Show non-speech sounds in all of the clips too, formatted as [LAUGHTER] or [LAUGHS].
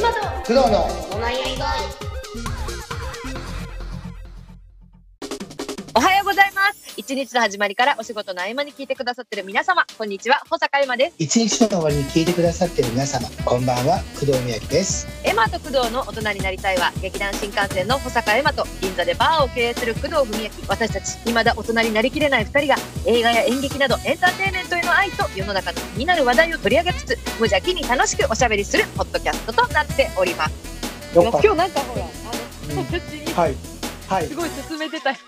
工藤のお悩みがおはようございます。一日の始まりからお仕事の合間に聞いてくださってる皆様、こんにちは、保坂エマです。一日の終わりに聞いてくださっている皆様こんばんは工藤美きですエマと工藤の大人になりたいは、劇団新幹線の保坂エマと銀座でバーを経営する工藤文明、私たち、未だ大人になりきれない二人が、映画や演劇などエンターテインメントへの愛と世の中の気になる話題を取り上げつつ、無邪気に楽しくおしゃべりするポッドキャストとなっております。よもう今日なんかほら、あの、うん私にはいはいすごい勧めて [LAUGHS] たやつ。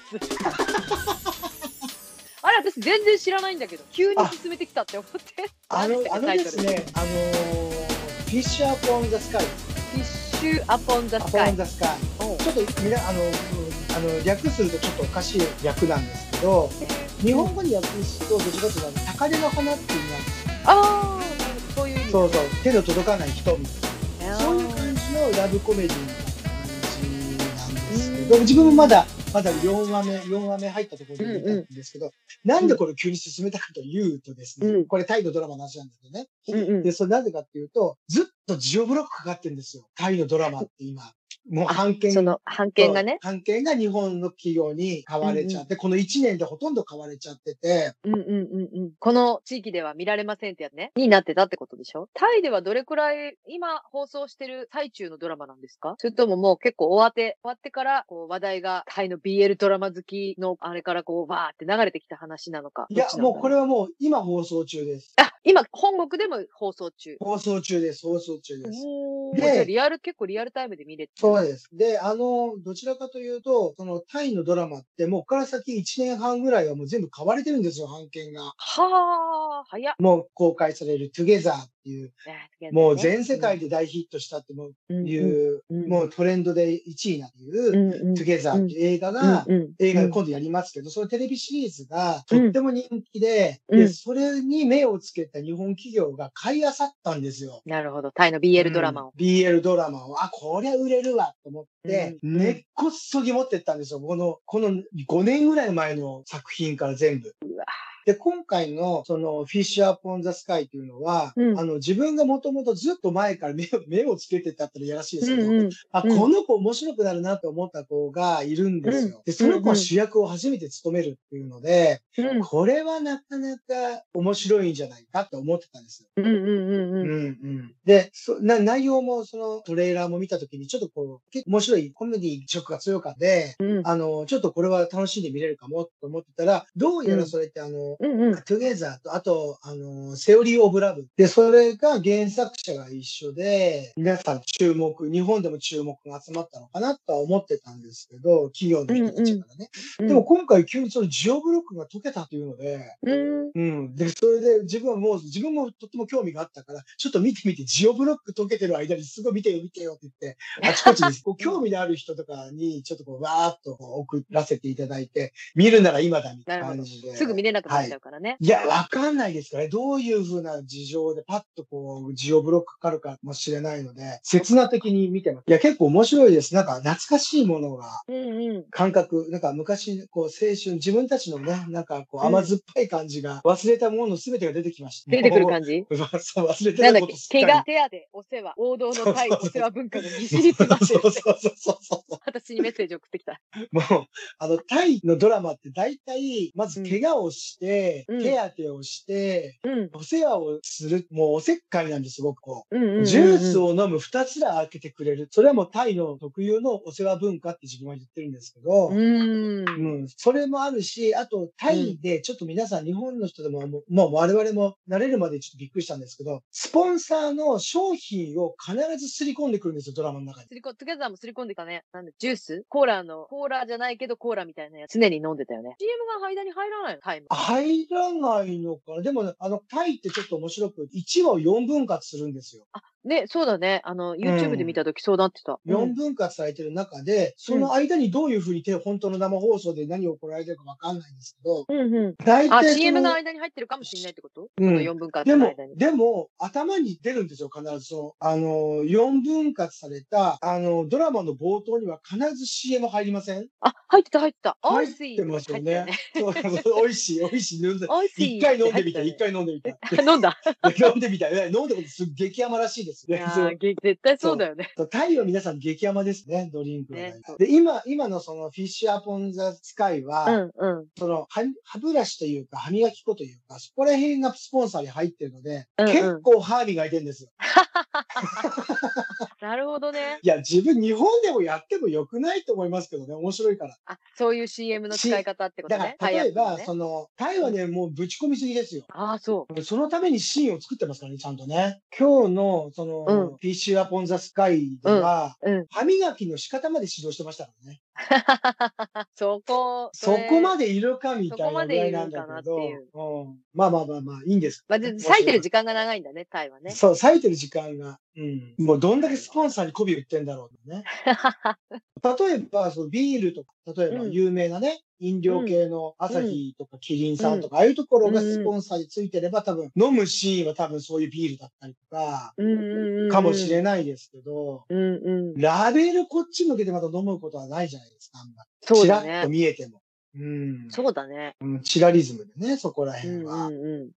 あれ、私全然知らないんだけど、急に勧めてきたって思って。あのあなのんてタイでトルすねあのーフィッシャー・ポン・ザ・スカイフィッシュアポンザスポカン・イ。ザ・スカイおうちょっとみなあの、うんあの略するとちょっとおかしい略なんですけど日本語に訳すとどちらかというと高嶺の花っていうのはああ、なるほどそういう意味。そうそう手の届かない人みたいなあーそういう感じのラブコメディな感じなんですけど、自分もまだ、まだ4話目、4話目入ったところで見たんですけど、なんでこれ急に進めたかというとですね、うんこれタイのドラマの話なんだけどね。うんうんで、それなぜかっていうと、ずっとジオブロックかかってるんですよ。タイのドラマって今。もう判権その判権がね。判権が日本の企業に買われちゃって、この1年でほとんど買われちゃってて、うんうんうんうん。この地域では見られませんってやつね。になってたってことでしょタイではどれくらい今放送してる最中のドラマなんですかそれとももう結構終わって、終わってからこう話題がタイの BL ドラマ好きのあれからこうバーって流れてきた話なのか。いや、もうこれは。はもう今放送中です。あ、今本国でも放送中。放送中です。放送中です。おーでじゃあリアル、結構リアルタイムで見れてるそうです。で、あの、どちらかというと、そのタイのドラマって、もうここから先1年半ぐらいはもう全部買われてるんですよ、版権が。はあ、早っ。もう公開される Together っていう、もう全世界でで大ヒットしたってもういいう、うんうんもうトレンドで1位なってういう、んうん Together っていう映画が、うんうん映画うでん今度やりますけど、そのテレビシリーズがとうんっても人気で、うで、んそれに目をつけた日本企業が買い漁ったんですよ。なるほど。タイの BL ドラマを。うん BL ドラマを、あ、こりゃ売れるわと思って、うん根っこっそぎ持ってったんですよ。この、この5年ぐらい前の作品から全部うわ。で、今回の、その、フィッシャー・ポン・ザ・スカイというのは、うんあの、自分がもともとずっと前から目を [LAUGHS] 目をつけてたったらやらしいですけど、うんうんあ、うんこの子面白くなるなと思った子がいるんですよ。うんで、その子は主役を初めて務めるっていうので、うんこれはなかなか面白いんじゃないかと思ってたんですよ。うんうんうんうん。でそな、内容もそのトレーラーも見たときに、ちょっとこう、結構面白いコメディ色が強かで、うんあの、ちょっとこれは楽しんで見れるかもと思ってたら、どうやらそれってあの、うんうん。トゥゲザーと、あと、あの、セオリー・オブ・ラブ。で、それが原作者が一緒で、皆さん注目、日本でも注目が集まったのかなとは思ってたんですけど、企業の人たちからね。うんでも、今回急にそのジオブロックが解けたというので、うん。うん。で、それで自分はもう、自分もとっても興味があったから、ちょっと見てみて、ジオブロック溶けてる間にすごい見てよ、見てよって言って、あちこちに [LAUGHS] こう興味のある人とかに、ちょっとこう、わーっとこう送らせていただいて、見るなら今だ、みたいな感じで。すぐ見れなくなっちゃうからね。いや、わかんないですからね。どういうふうな事情でパッとこう、ジオブロックかかるかもしれないので、刹那的に見てます。いや、結構面白いです。なんか懐かしいものがうんうん。感覚、なんか昔、こう、青春、自分たちのね、なんかこう、甘酸っぱい感じが、忘れたもの全てが出てきました。出てくる感じじ。 [LAUGHS] そう忘れてなんただっことけすっか怪り [LAUGHS] 我、手当でお世話、王道のタイお世話文化のぎしりつまってそるうってそうそうそうそう。私にメッセージ送ってきた。もう、あの、タイのドラマって大体、まず怪我をして、うん手当てをして、うん。お世話をする、もうおせっかいなんです、僕こうんうんうんうう。ん。ジュースを飲む二つら開けてくれる。それはもうタイの特有のお世話文化って自分は言ってるんですけど、うん。うん、それもあるし、あと、タイで、ちょっと皆さん、日本の人でも、もう、もう我々も慣れるまでちょっとびっくりしたんですけど、スポンサーの商品を必ずすり込んでくるんですよ、ドラマの中に。すりこ、トゥゲザーもすり込んでたね。なんで、ジュースコーラの、コーラじゃないけどコーラみたいなやつ常に飲んでたよね。CM が間に入らないのタイム。入らないのかなでもね、あの、タイってちょっと面白く、1話を4分割するんですよ。ね、そうだね。あの、YouTube で見たときそうなってた。 4分割されてる中で、その間にどういうふうに手、本当の生放送で何を怒られてるかわかんないんですけど、うんう大ん。あ、体その。 CM の間に入ってるかもしれないってことうんこの4分間でのも間、に。でも、頭に出るんですよ、必ずその。あの、4分割された、あの、ドラマの冒頭には必ず CM 入りません [LAUGHS] あ、入ってた、入ってた。お入いっしい。てますよ入ってたね。そうそうそう美味しい、美味し、飲んだ。おいしい。一回飲んでみたい、一回。回飲んでみたい。 [LAUGHS] 飲んだ。飲んでみたい。飲んだことすっ激甘らしいですい [LAUGHS] ねや。そうーげ絶対そうだよね。そうタイは皆さん激甘ですね、ドリンクはねねそうで、今、今のそのフィッシュアポンザスカイは、うんうん。その歯、歯ブラシというか、歯磨き粉というか、そこら辺がスポンサーに入ってるので、うんうん結構歯磨いてるんですよ。なるほどね。いや、自分日本でもやってもよくないと思いますけどね、面白いから。あ、そういう CM の使い方ってことだね。から、例えば、タイアップのねその、タイはね、もうぶち込みすぎですよ。ああ、そそのためにシーンを作ってますからね、ちゃんとね。今日の、その、うんフィッシュアポンザスカイでは、う。うん。歯磨きの仕方まで指導してましたからね。 [LAUGHS] そこ、そこまで。でいるかみたいなぐらいなんだけそどこまでいるん、うん、まあまあまあまあ、いいんです。まあ、で割いてる時間が長いんだね、タイはね。そう、割いてる時間が。うん。もうどんだけスポンサーに媚び売ってんだろうね。例えば、そのビールとか、例えばうん有名なね、飲料系のアサヒとかキリンさんとか、ああいうところがスポンサーについてれば、多分飲むシーンは多分そういうビールだったりとか、うんうんうん。かもしれい。ないですけど、うんうん。ラベルこっち向けてまた飲むことはないじゃないですか、あんまり。そうちだらっとね。見えても。うん。そうだね。うんチラリズムでね、そこらう辺んは。うんうん。うん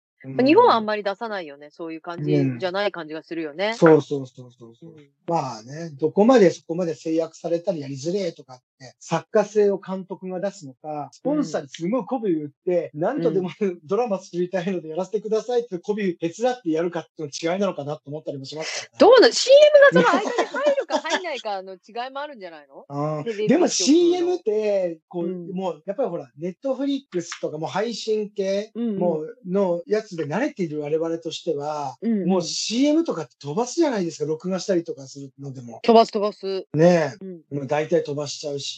日本はあんまり出さないよね。そういう感じうんじゃない感じがするよね。そうそうそうそうそうう。んまあね、どこまでそこまで制約されたりやりづれえとかって、作家性を監督が出すのか、スポンサーにすごい媚び売って、何とでもドラマ作りたいのでやらせてくださいって媚び手伝ってやるかっていうの違いなのかなと思ったりもしますからね、どうなの ?CM がその間に入るか入んないかの違いもあるんじゃないのうんテレビでも局の CM って、こう、うんもう、やっぱりほら、ネットフリックスとかもう配信系、うんうんもう、のやつで慣れている我々としては、うんうんもう CM とかって飛ばすじゃないですか、録画したりとかするのでも。飛ばす飛ばす。ねうんえ、もう大体飛ばしちゃうし。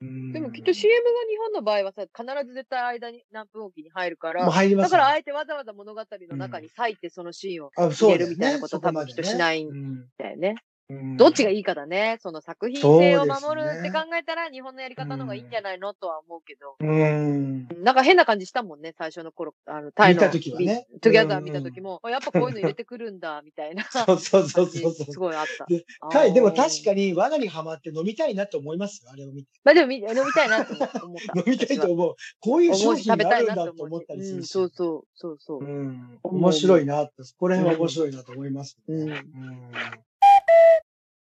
うんでもきっと CM が日本の場合はさ、必ず絶対間に何分おきに入るかもうら、入りまだすからよあえてわざわざ物語の中に割いてそのシーンをあ入そうれだよねるみたいなこと多分きっとしないんうんだよね。うんどっちがいいかだね。その作品性を守るそうでってす考ねえたら日本のやり方の方がいいんじゃないのとは思うけど。うん。なんか変な感じしたもんね、最初の頃、あの、タイの。見た時はねトゥギャザー見た時も、あやっぱこういうの入れてくるんだ、みたいな。そうそうそうそう感じすそう。ごいあったで。あーはい、でも確かに罠にはまって飲みたいなと思いますよあれを見 [LAUGHS] て。まあでもみ飲みたいなと思った。飲みたいと思思う。こういう商うし品食べがあたいるんなだとと思思うっしたりすうるん、し。そうそう、そうそうう。ん。思う面白いなって、そこら辺は面白いなと思います、ねうんうん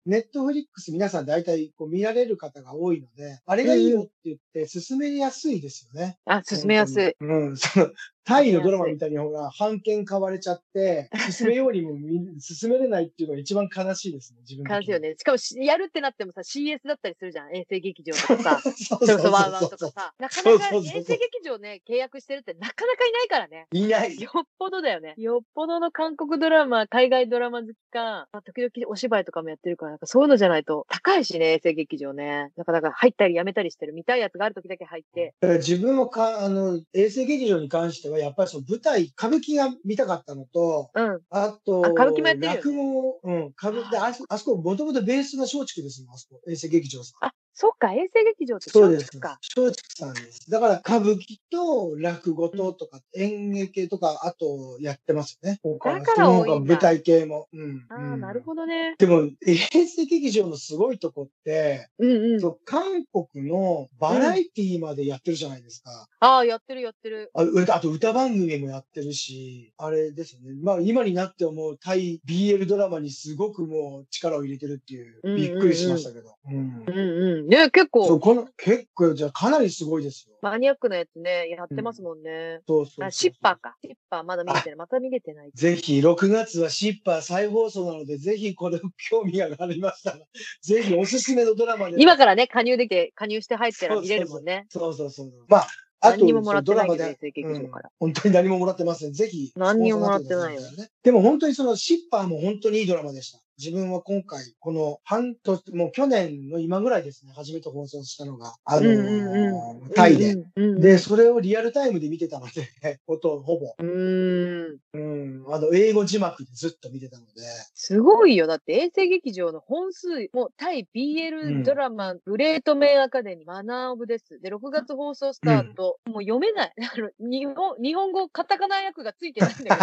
ネットフリックス皆さん大体こう見られる方が多いので、あれがいいよって言って進めやすいですよね。あ、進めやすい。うん、その、タイのドラマみたいにほら、半券買われちゃ [LAUGHS] って、進めようにもみ進めれないっていうのが一番悲しいですね、自分的に感じよ。ね。しかもし、やるってなってもさ、CS だったりするじゃん。衛星劇場とかさ。 [LAUGHS] そうそそうれこそそうワンワンそとうそかう。さ。なかそうなそうかそう遠征劇場ね、契約してるってなかなかいないからね。いない。よっぽどだよね。よっぽどの韓国ドラマ、海外ドラマ好きか、まあ、時々お芝居とかもやってるから、なんかそういうのじゃないと高いしね、衛星劇場ね。なかなか入ったりやめたりしてる。見たいやつがある時だけ入って。だから自分もか、あの、衛星劇場に関しては、やっぱりその舞台、歌舞伎が見たかったのと、うん。あと、あ歌舞伎もやってるよね落語、うん、歌舞伎で、あそあそこ、もともとベースが松竹ですもん、あそこ、衛星劇場さん。あ、そっか、衛星劇場ってそう松です竹。か。松竹さんです。だから、歌舞伎と落語ととか、演芸系とか、あと、やってますよね。だから多いんだその他舞台系も。うん。ああ、なるど。ほどね。でも、衛星劇場のすごいとこって、うんうん。そう韓国のバラエティまでやってるじゃないですか。ああ、やってるやってる。あ歌あと歌番組もやってるし、あれですよね。まあ今になって思う対 BL ドラマにすごくもう力を入れてるっていう、うんうんうんびっくりしましたけど。うんうんうん。ね、結そ構うこの結構、じゃあかなりすごいですよ。マニアックなやつね、やってますもんね。そうそうそうあ、シッパーか。シッパーまだ見れてない。また見れてない。ぜひ、6月はシッパー再放送なので、ぜひこれ、興味がありましたら、ぜひおすすめのドラマで。今からね、加入できて、加入して入ったら見れるもんね。そうそうそう。まあ、あと、何にももらってないそのけドど、ラマ衛で星劇場から。本当に何ももらってません。ぜひ。何にももらってないよスポンサーにってくださね。でも本当にそのシッパーも本当にいいドラマでした。自分は今回、この半年、もう去年の今ぐらいですね、初めて放送したのが、あのーうんうんうタイで。。うんうんうん、で、それをリアルタイムで見てたので、 [LAUGHS] ほとほぼ。うーん。うん。あの、英語字幕でずっと見てたので。すごいよ。だって、衛星劇場の本数、もう、対うん BL ドラマ、グレートメンアカデミー、マナーオブです。で、6月放送スタート、もう読め [LAUGHS] [LAUGHS] ない。あの、日本、日本語、カタカナ訳がついてないんだけど、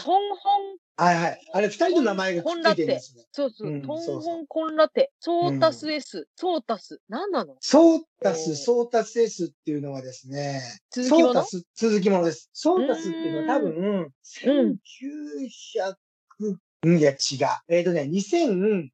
本本はいはい。あれ、二人の名前がくっついてるんですね。そうそう。うんトンそうホそンコンラテ、ソータス S、ソータス、何なのソータえース、ソータス S っていうのはですね、続きソーものタス、続きものです。ソータスっていうのは多分、うん1900、うん、いや違う。えっ、とね、2018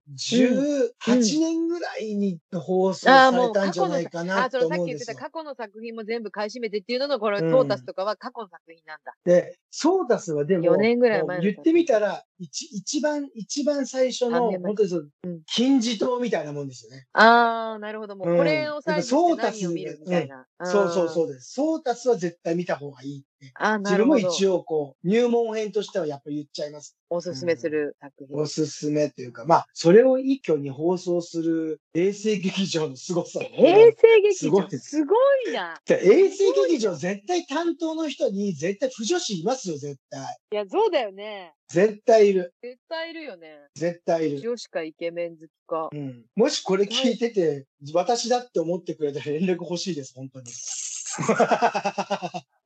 年ぐらいに放送されたんじゃないかなあ、そとのさ思っうんき言っでてすたよ。過去の作品も全部買い占めてっていうのの、これ、うんソータスとかは過去の作品なんだ。で、ソータスはでも、 4年ぐらい前の言ってみたら、一一番、一番最初あの、ね本当にそううん、金字塔みたいなもんですよね。あー、なるほど。もうこれを最後うにんだからソータス何を見るみたいな。そうそうう。そうです。ソータスは絶対見た方がいいって。あー、自なる分もほど。一応こう、入門編としてはやっぱ言っちゃいます。おすすめする作品。おすすめというか、まあ、それを一挙に放送する衛星劇場の凄さ。平成劇すご場いですすごいな。で衛星劇場絶対担当の人に絶対不女子いますよ、絶対。いや、そうだよね。絶対いる。絶対いるよね。絶対いる。女子かイケメン好きか。うん、もしこれ聞いてて、私だって思ってくれたら連絡欲しいです、本 [LAUGHS] 当に。 [LAUGHS]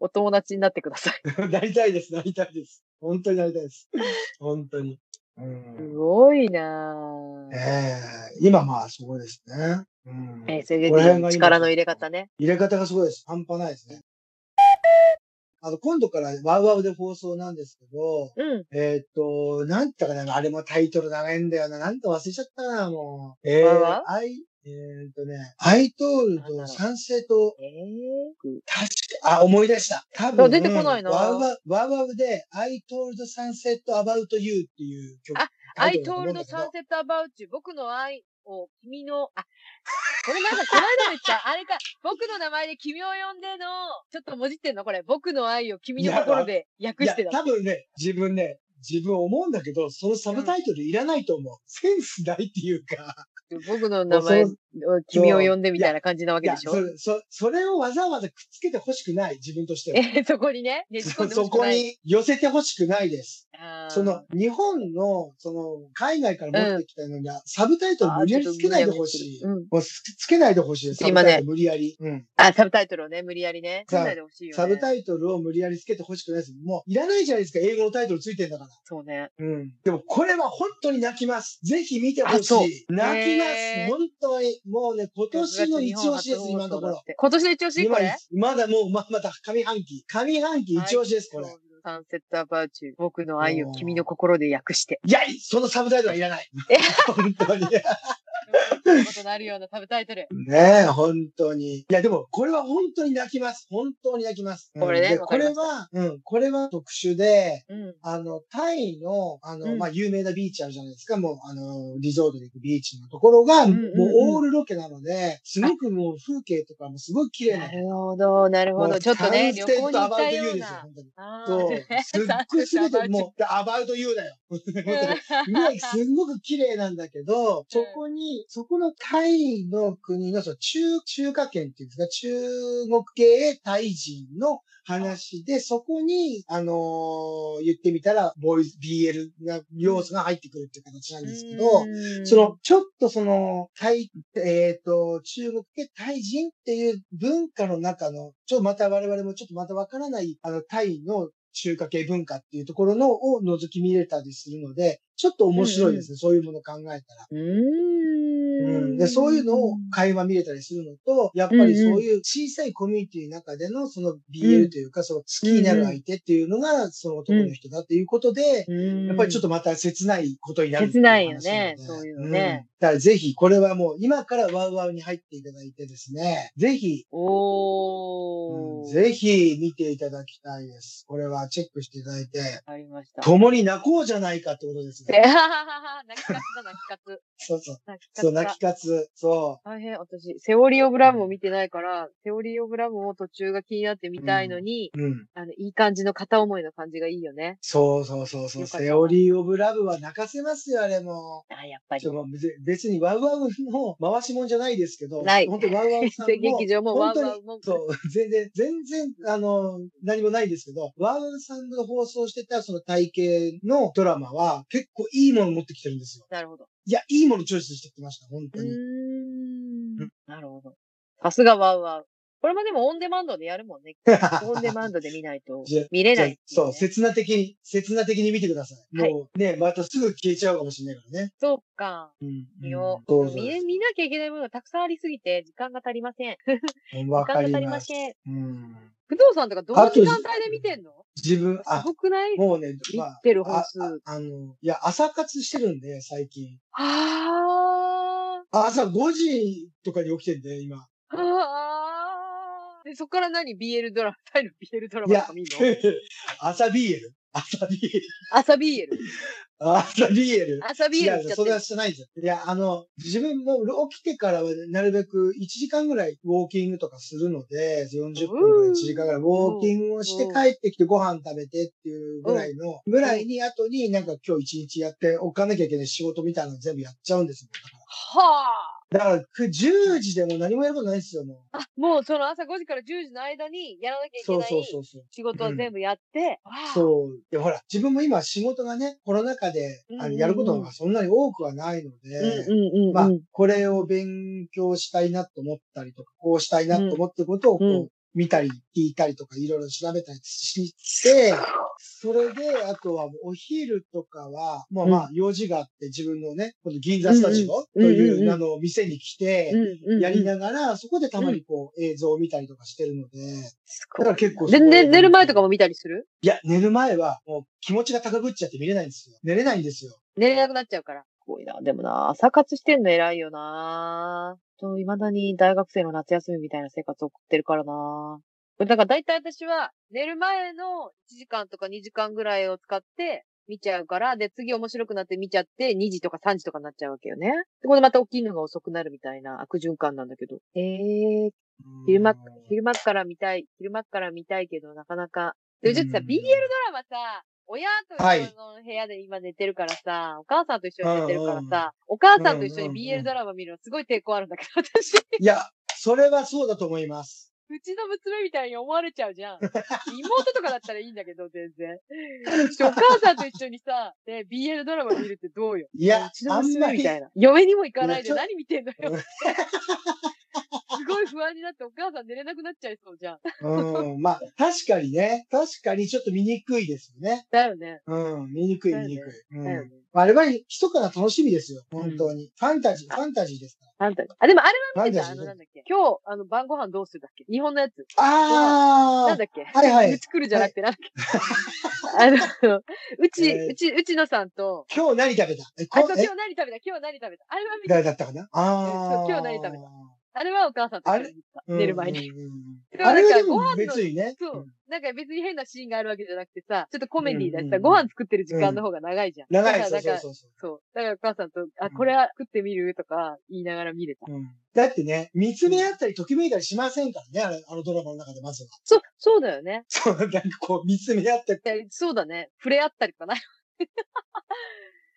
お友達になってください。なりたいです、なりたいです。本当になりたいです。本当に。うんすごいなええ今まあそうですね。うん、入えー、それで力の入れ方ね。れ方がすごいです。半端ないですね。あの、今度からワウワウで放送なんですけど、うん。えーっ、と、なんて言ったかな、あれもタイトル長いんだよな。なんか忘れちゃったな、もう。えワウー、ワウアイ、えーっ、とね、アイトールと賛成と、えー、確か、あ、思い出した。多分、あ出てこないなワウワウ、ワウワウで、I told sunset about you っていう曲。あタ I イト told ルだと思うんだけど sunset about you. 僕の愛を君の、あ、これなんかこの間も言った。あれか、僕の名前で君を呼んでの、ちょっともじってんのこれ。僕の愛を君の心で訳いしやて、た。多分ね、自分ね、自分思うんだけど、そのサブタイトルいらないと思う。センスないっていうか。僕の名前をそう君を呼んでみたいな感じなわいけやでしょそれそ、それをわざわざくっつけてほしくない、自分としては。え、そこにね、ねじ込そんでほそしくこない。に寄せてほしくないです。あーその、日本の、その、海外から持ってきたのに、サブタイトル無理やりつけないでほしい。あーちょっと無理やりつけるうんもうつつけないでほしい。サブタイトル無理やり。うんあ、サブタイトルをね、無理やりね。つさあけないでほしいよね。サブタイトルを無理やりつけてほしくないです。もう、いらないじゃないですか、英語のタイトルついてんだから。そうね。うん。でも、これは本当に泣きます。ぜひ見てほあしそうい。泣きまへーす。本当に。もうね、今年の一押しです、今のところ。。今年の一押しこ今れまだもう、ま、まだ上半期。上半期一押しです、これ。い、サンセットアバーチュー。僕の愛を君の心で訳して。や、そのサブタイトルはいらないえ。本当 [LAUGHS] に。ことなるようなサブタイトル。ねえ、本当に。いや、でも、これは本当に泣きます。本当に泣きます。これねうんでわこかりまれしは、うん、これは特殊で、うん。あの、タイの、あの、うんまあ、有名なビーチあるじゃないですか。もう、あの、リゾートで行くビーチのところが、んうんうんもうオールロケなので、すごくもう風景とかもすごい綺麗なな。るほど、なるほもど。うちょっとね、サン旅セ行ッにト行アっバウたトユーですよ、ような。本当に。あーそう。 [LAUGHS] すっごいすべて、もう、アバウトユーだよ。 [LAUGHS] もうすんごく綺麗なんだけど、そこに、そこのタイの国の、その中、中華圏っていうんですか、中国系タイ人の話で、そこに、あのー言ってみたら、ボーイズ、BL な要素が入ってくるっていう形なんですけど、うんその、、ちょっとその、タイ、えっ、と、中国系タイ人っていう文化の中の、ちょっとまた我々もちょっとまたわからない、あの、タイの中華系文化っていうところのを覗き見れたりするので、ちょっと面白いですね。そういうものを考えたら。ううんん。でそういうのを会話見れたりするのと、やっぱりそういう小さいコミュニティの中でのそのうん BL というか、その好きになる相手っていうのがその男の人だっていうことで、うん、やっぱりちょっとと、また切ないことになる。切ないよねそういうのね。ん、だからぜひ、これはもう今からワウワウに入っていただいてですね、ぜひ、おー。ぜひ見ていただきたいです。これはチェックしていただいて、ありました。共に泣こうじゃないかってことですえね。ははは [LAUGHS] は泣きかつだ、泣きかつ。そうそう。泣きかつそう、だ泣き活。そ大変、私、セオリーオブラブを見てないから、セオリーオブラブも途中が気になって見たいのに、う。うん。あの、いい感じの片思いの感じがいいよね。そうそうそうそよう。かったセオリーオブラブは泣かせますよ、あれも。あ、やっぱりち。 [LAUGHS] ょもう別別にワウワウの回しもんじゃないですけど、ない本当にワウワウさん成も [LAUGHS] 劇場もワンワンも。そう、全然、全然、あの、何もないですけど、ワールドさんが放送してたその体系のドラマは結構いいもの持ってきてるんですよ。なるほど。いや、いいものチョイスしてきました、本う当ーに。ん。なるほど。さすがワウワウ。これもでもオンデマンドでやるもん [LAUGHS] ね。オンデマンドで見ないとじゃ見れじゃないあっていそう、ね刹那的に、刹那的に見てください。はいもうね、またすぐ消えちゃうかもしれないからね。そうか。うん。見よどうう。ぞ見れ見なきゃいけないものがたくさんありすぎて、時間が足りません。わ時間かがり足りま。ますせん。うん。工藤さんとかどのあと時間帯で見てんの自分、すあ、ごくないもうね、見まあ、てるあ本数。ああの、いや、朝活してるんで、最近。ああ朝5時とかに起きてんで、今。ーあーで、そこから何 ?BL ドラマ、 [LAUGHS] タイの BL ドラいマとやか見るの、 [LAUGHS] 朝 BL。朝 BL。朝 BL。 [LAUGHS] 朝 BL。朝 BL いや見ちゃっそてれるは。してないじゃん。いや、あの、自分も起きてからはなるべく1時間ぐらいウォーキングとかするので、40分から1時間ぐらいウォーキングをしてうん帰ってきてご飯食べてっていうぐらいの、ぐらいに後になんか今日1日やっておかなきゃいけない仕事みたいなの全部やっちゃうんですはもん。だから、だから10時でも何もやることないですよ、もう。ああもうその朝5時から10時の間にやらなきゃいけそうないそうそうそう。仕事を全部やって。わあそう。で、ほら、自分も今仕事がね、コロナ禍で、あうんうんうのんやることがそんなに多くはないので、うんうんうんうん。まあ、これを勉強したいなと思ったりとか、こうしたいなと思ってることをこう、うん見たり、聞いたりとか、いろいろ調べたりして、それで、あとはもうお昼とかは、まあまあ、用事があって自分のね、この銀座スタジオとうんうんいうんうんう、あの、店に来て、うんうんやりながら、そこでたまにこう、映像を見たりとかしてるので、すだごいから結構で、ね、寝る前ともかも見たりするいや、寝る前は、もう気持ちが高ぶっちゃって見れないんですよ。寝れないんですよ。寝れなくなっちゃうから。すごいな。でもな、朝活してんの偉いよな。と、未だに大学生の夏休みみたいな生活を送ってるからな。だから大体私は寝る前の1時間とか2時間ぐらいを使って見ちゃうから、で、次面白くなって見ちゃって2時とか3時とかになっちゃうわけよね。で、これまた起きるのが遅くなるみたいな悪循環なんだけど。へえー、昼間昼間から見たい、昼間から見たいけど、なかなか。で、ちょっとさ、うん BL ドラマさ、親とは一い緒の部屋で今寝てるからさ、お母さんと一緒に寝てるからうんうんうんさ、お母さんと一緒うんうんにうん BL ドラマ見るのすごい抵抗あるんだけど、私、ういや、それはそうだと思います。ちの娘みたいに思われちゃうじ [LAUGHS] ゃん。妹とかだったらいいんだけど、全然。お母さんと一緒にさ、ね、BL ドラマ見るってどうよ。いやうちの娘みたいあんな。嫁にも行かないいでやちょ何見てんの [LAUGHS] うよ。すごい不安になってお母さん寝れなくなっちゃいそうじゃん。うん。まあ、確かにね。確かにちょっと見にくいですよね。だよね。うん。見にくい、そうよ見ねにくい。うだよねん。。まあ、あれは密かな楽しみですよ。本当に。ファンタジー、ファンタジーですかあんた、あ、でもあら。れはファ見ンてタた、ジあーの、ねなん。だっけ今日、あの、晩ご飯どうするだっけ日本のやつ。なあんーだっけはいはい作作るじゃなくて、なんだっけあの、うち、 [LAUGHS] えーうち、うちのさんと、今日何食べたえ、あ、こそう今え日、何食べた今日何食べたあれは見て誰だったかなあそあ。う今日何食べたあれはお母さんと一緒に見てた。うん寝る前に。。うんうんうんでもあれはでなんもかご飯の別にね。そう。なんか別に変なシーンがあるわけじゃなくてさ、ちょっとコメディーだしうんうんうさ、んご飯作ってる時間の方が長いじゃん。長だい、かそらうそうそだからうそう。そう。だからお母さんと、うあ、んこれは食ってみるとか言いながら見れた。うんだってね、見つめ合ったり、ときめいたりしませんからね、あれあのドラマの中でまずは。 [LAUGHS] そう、そうだよね。そう、なんかこう、見つめ合って、いやそうだね。触れ合ったりとかない。 [LAUGHS]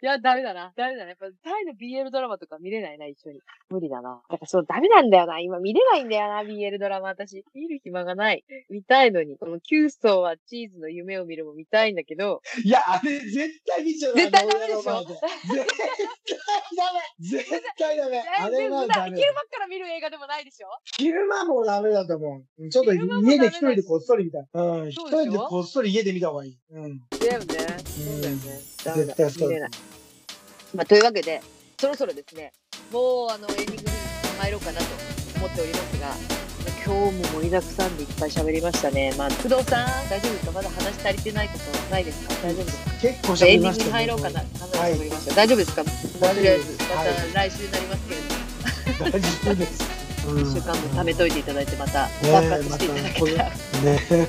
いや、ダメだな。ダメだな。やっぱ、タイの BL ドラマとか見れないな、一緒に。無理だな。だからそう、ダメなんだよな。今見れないんだよな、BL ドラマ。私、見る暇がない。見たいのに。この、9層はチーズの夢を見るも見たいんだけど、いや、あれ絶対見ちゃう絶対ダメでしょあの親の前で絶対ダメ絶対 [LAUGHS] ダメあれ全然は普ダ段メ昼間から見る映画でもないでしょ昼間もダメだと思う。ちょっと昼間も家でダメだ一人でこっそり見たい。うん、一そうでしょ人でこっそり家で見た方がいい。うん。だよね。そうだよね。ダメ絶対そだ。う見れない。まあ、というわけで、そろそろですね、もうあのエンディングに参ろうかなと思っておりますが、今日も盛りだくさんでいっぱい喋りましたね。まあ、工藤さん、大丈夫ですかまだ話し足りてないことないですか大丈夫ですか結構エ喋りンディまンしグたにね入ろうかな。話はいしておりました。大丈夫ですか大丈夫とりあえでずす。、まはいた来週になりますけれど大も、丈夫です。 1週間分貯めといていただいて、またえ爆発していただけたら。ね。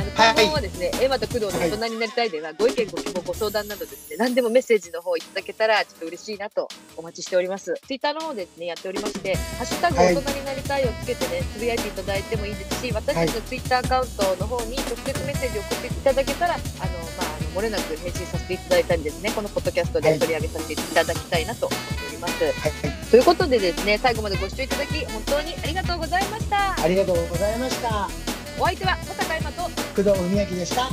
あはいの、このままですね、エマと工藤の大人になりたいでは、ご意見、ご希望、ご相談などですね、何でもメッセージの方いただけたら、ちょっと嬉しいなとお待ちしております。ツイッターの方ですね、やっておりまして、ハッシュタグはい大人になりたいをつけてね、つぶやいていただいてもいいですし、私たちのツイッターアカウントの方に直接メッセージを送っていただけたら、あの、まああの、漏れなく返信させていただいたりですね、このポッドキャストではい取り上げさせていただきたいなと思っております。はい。ということでですね、最後までご視聴いただき、本当にありがとうございました。ありがとうございました。お相手は、小坂エマと、工藤文明でした。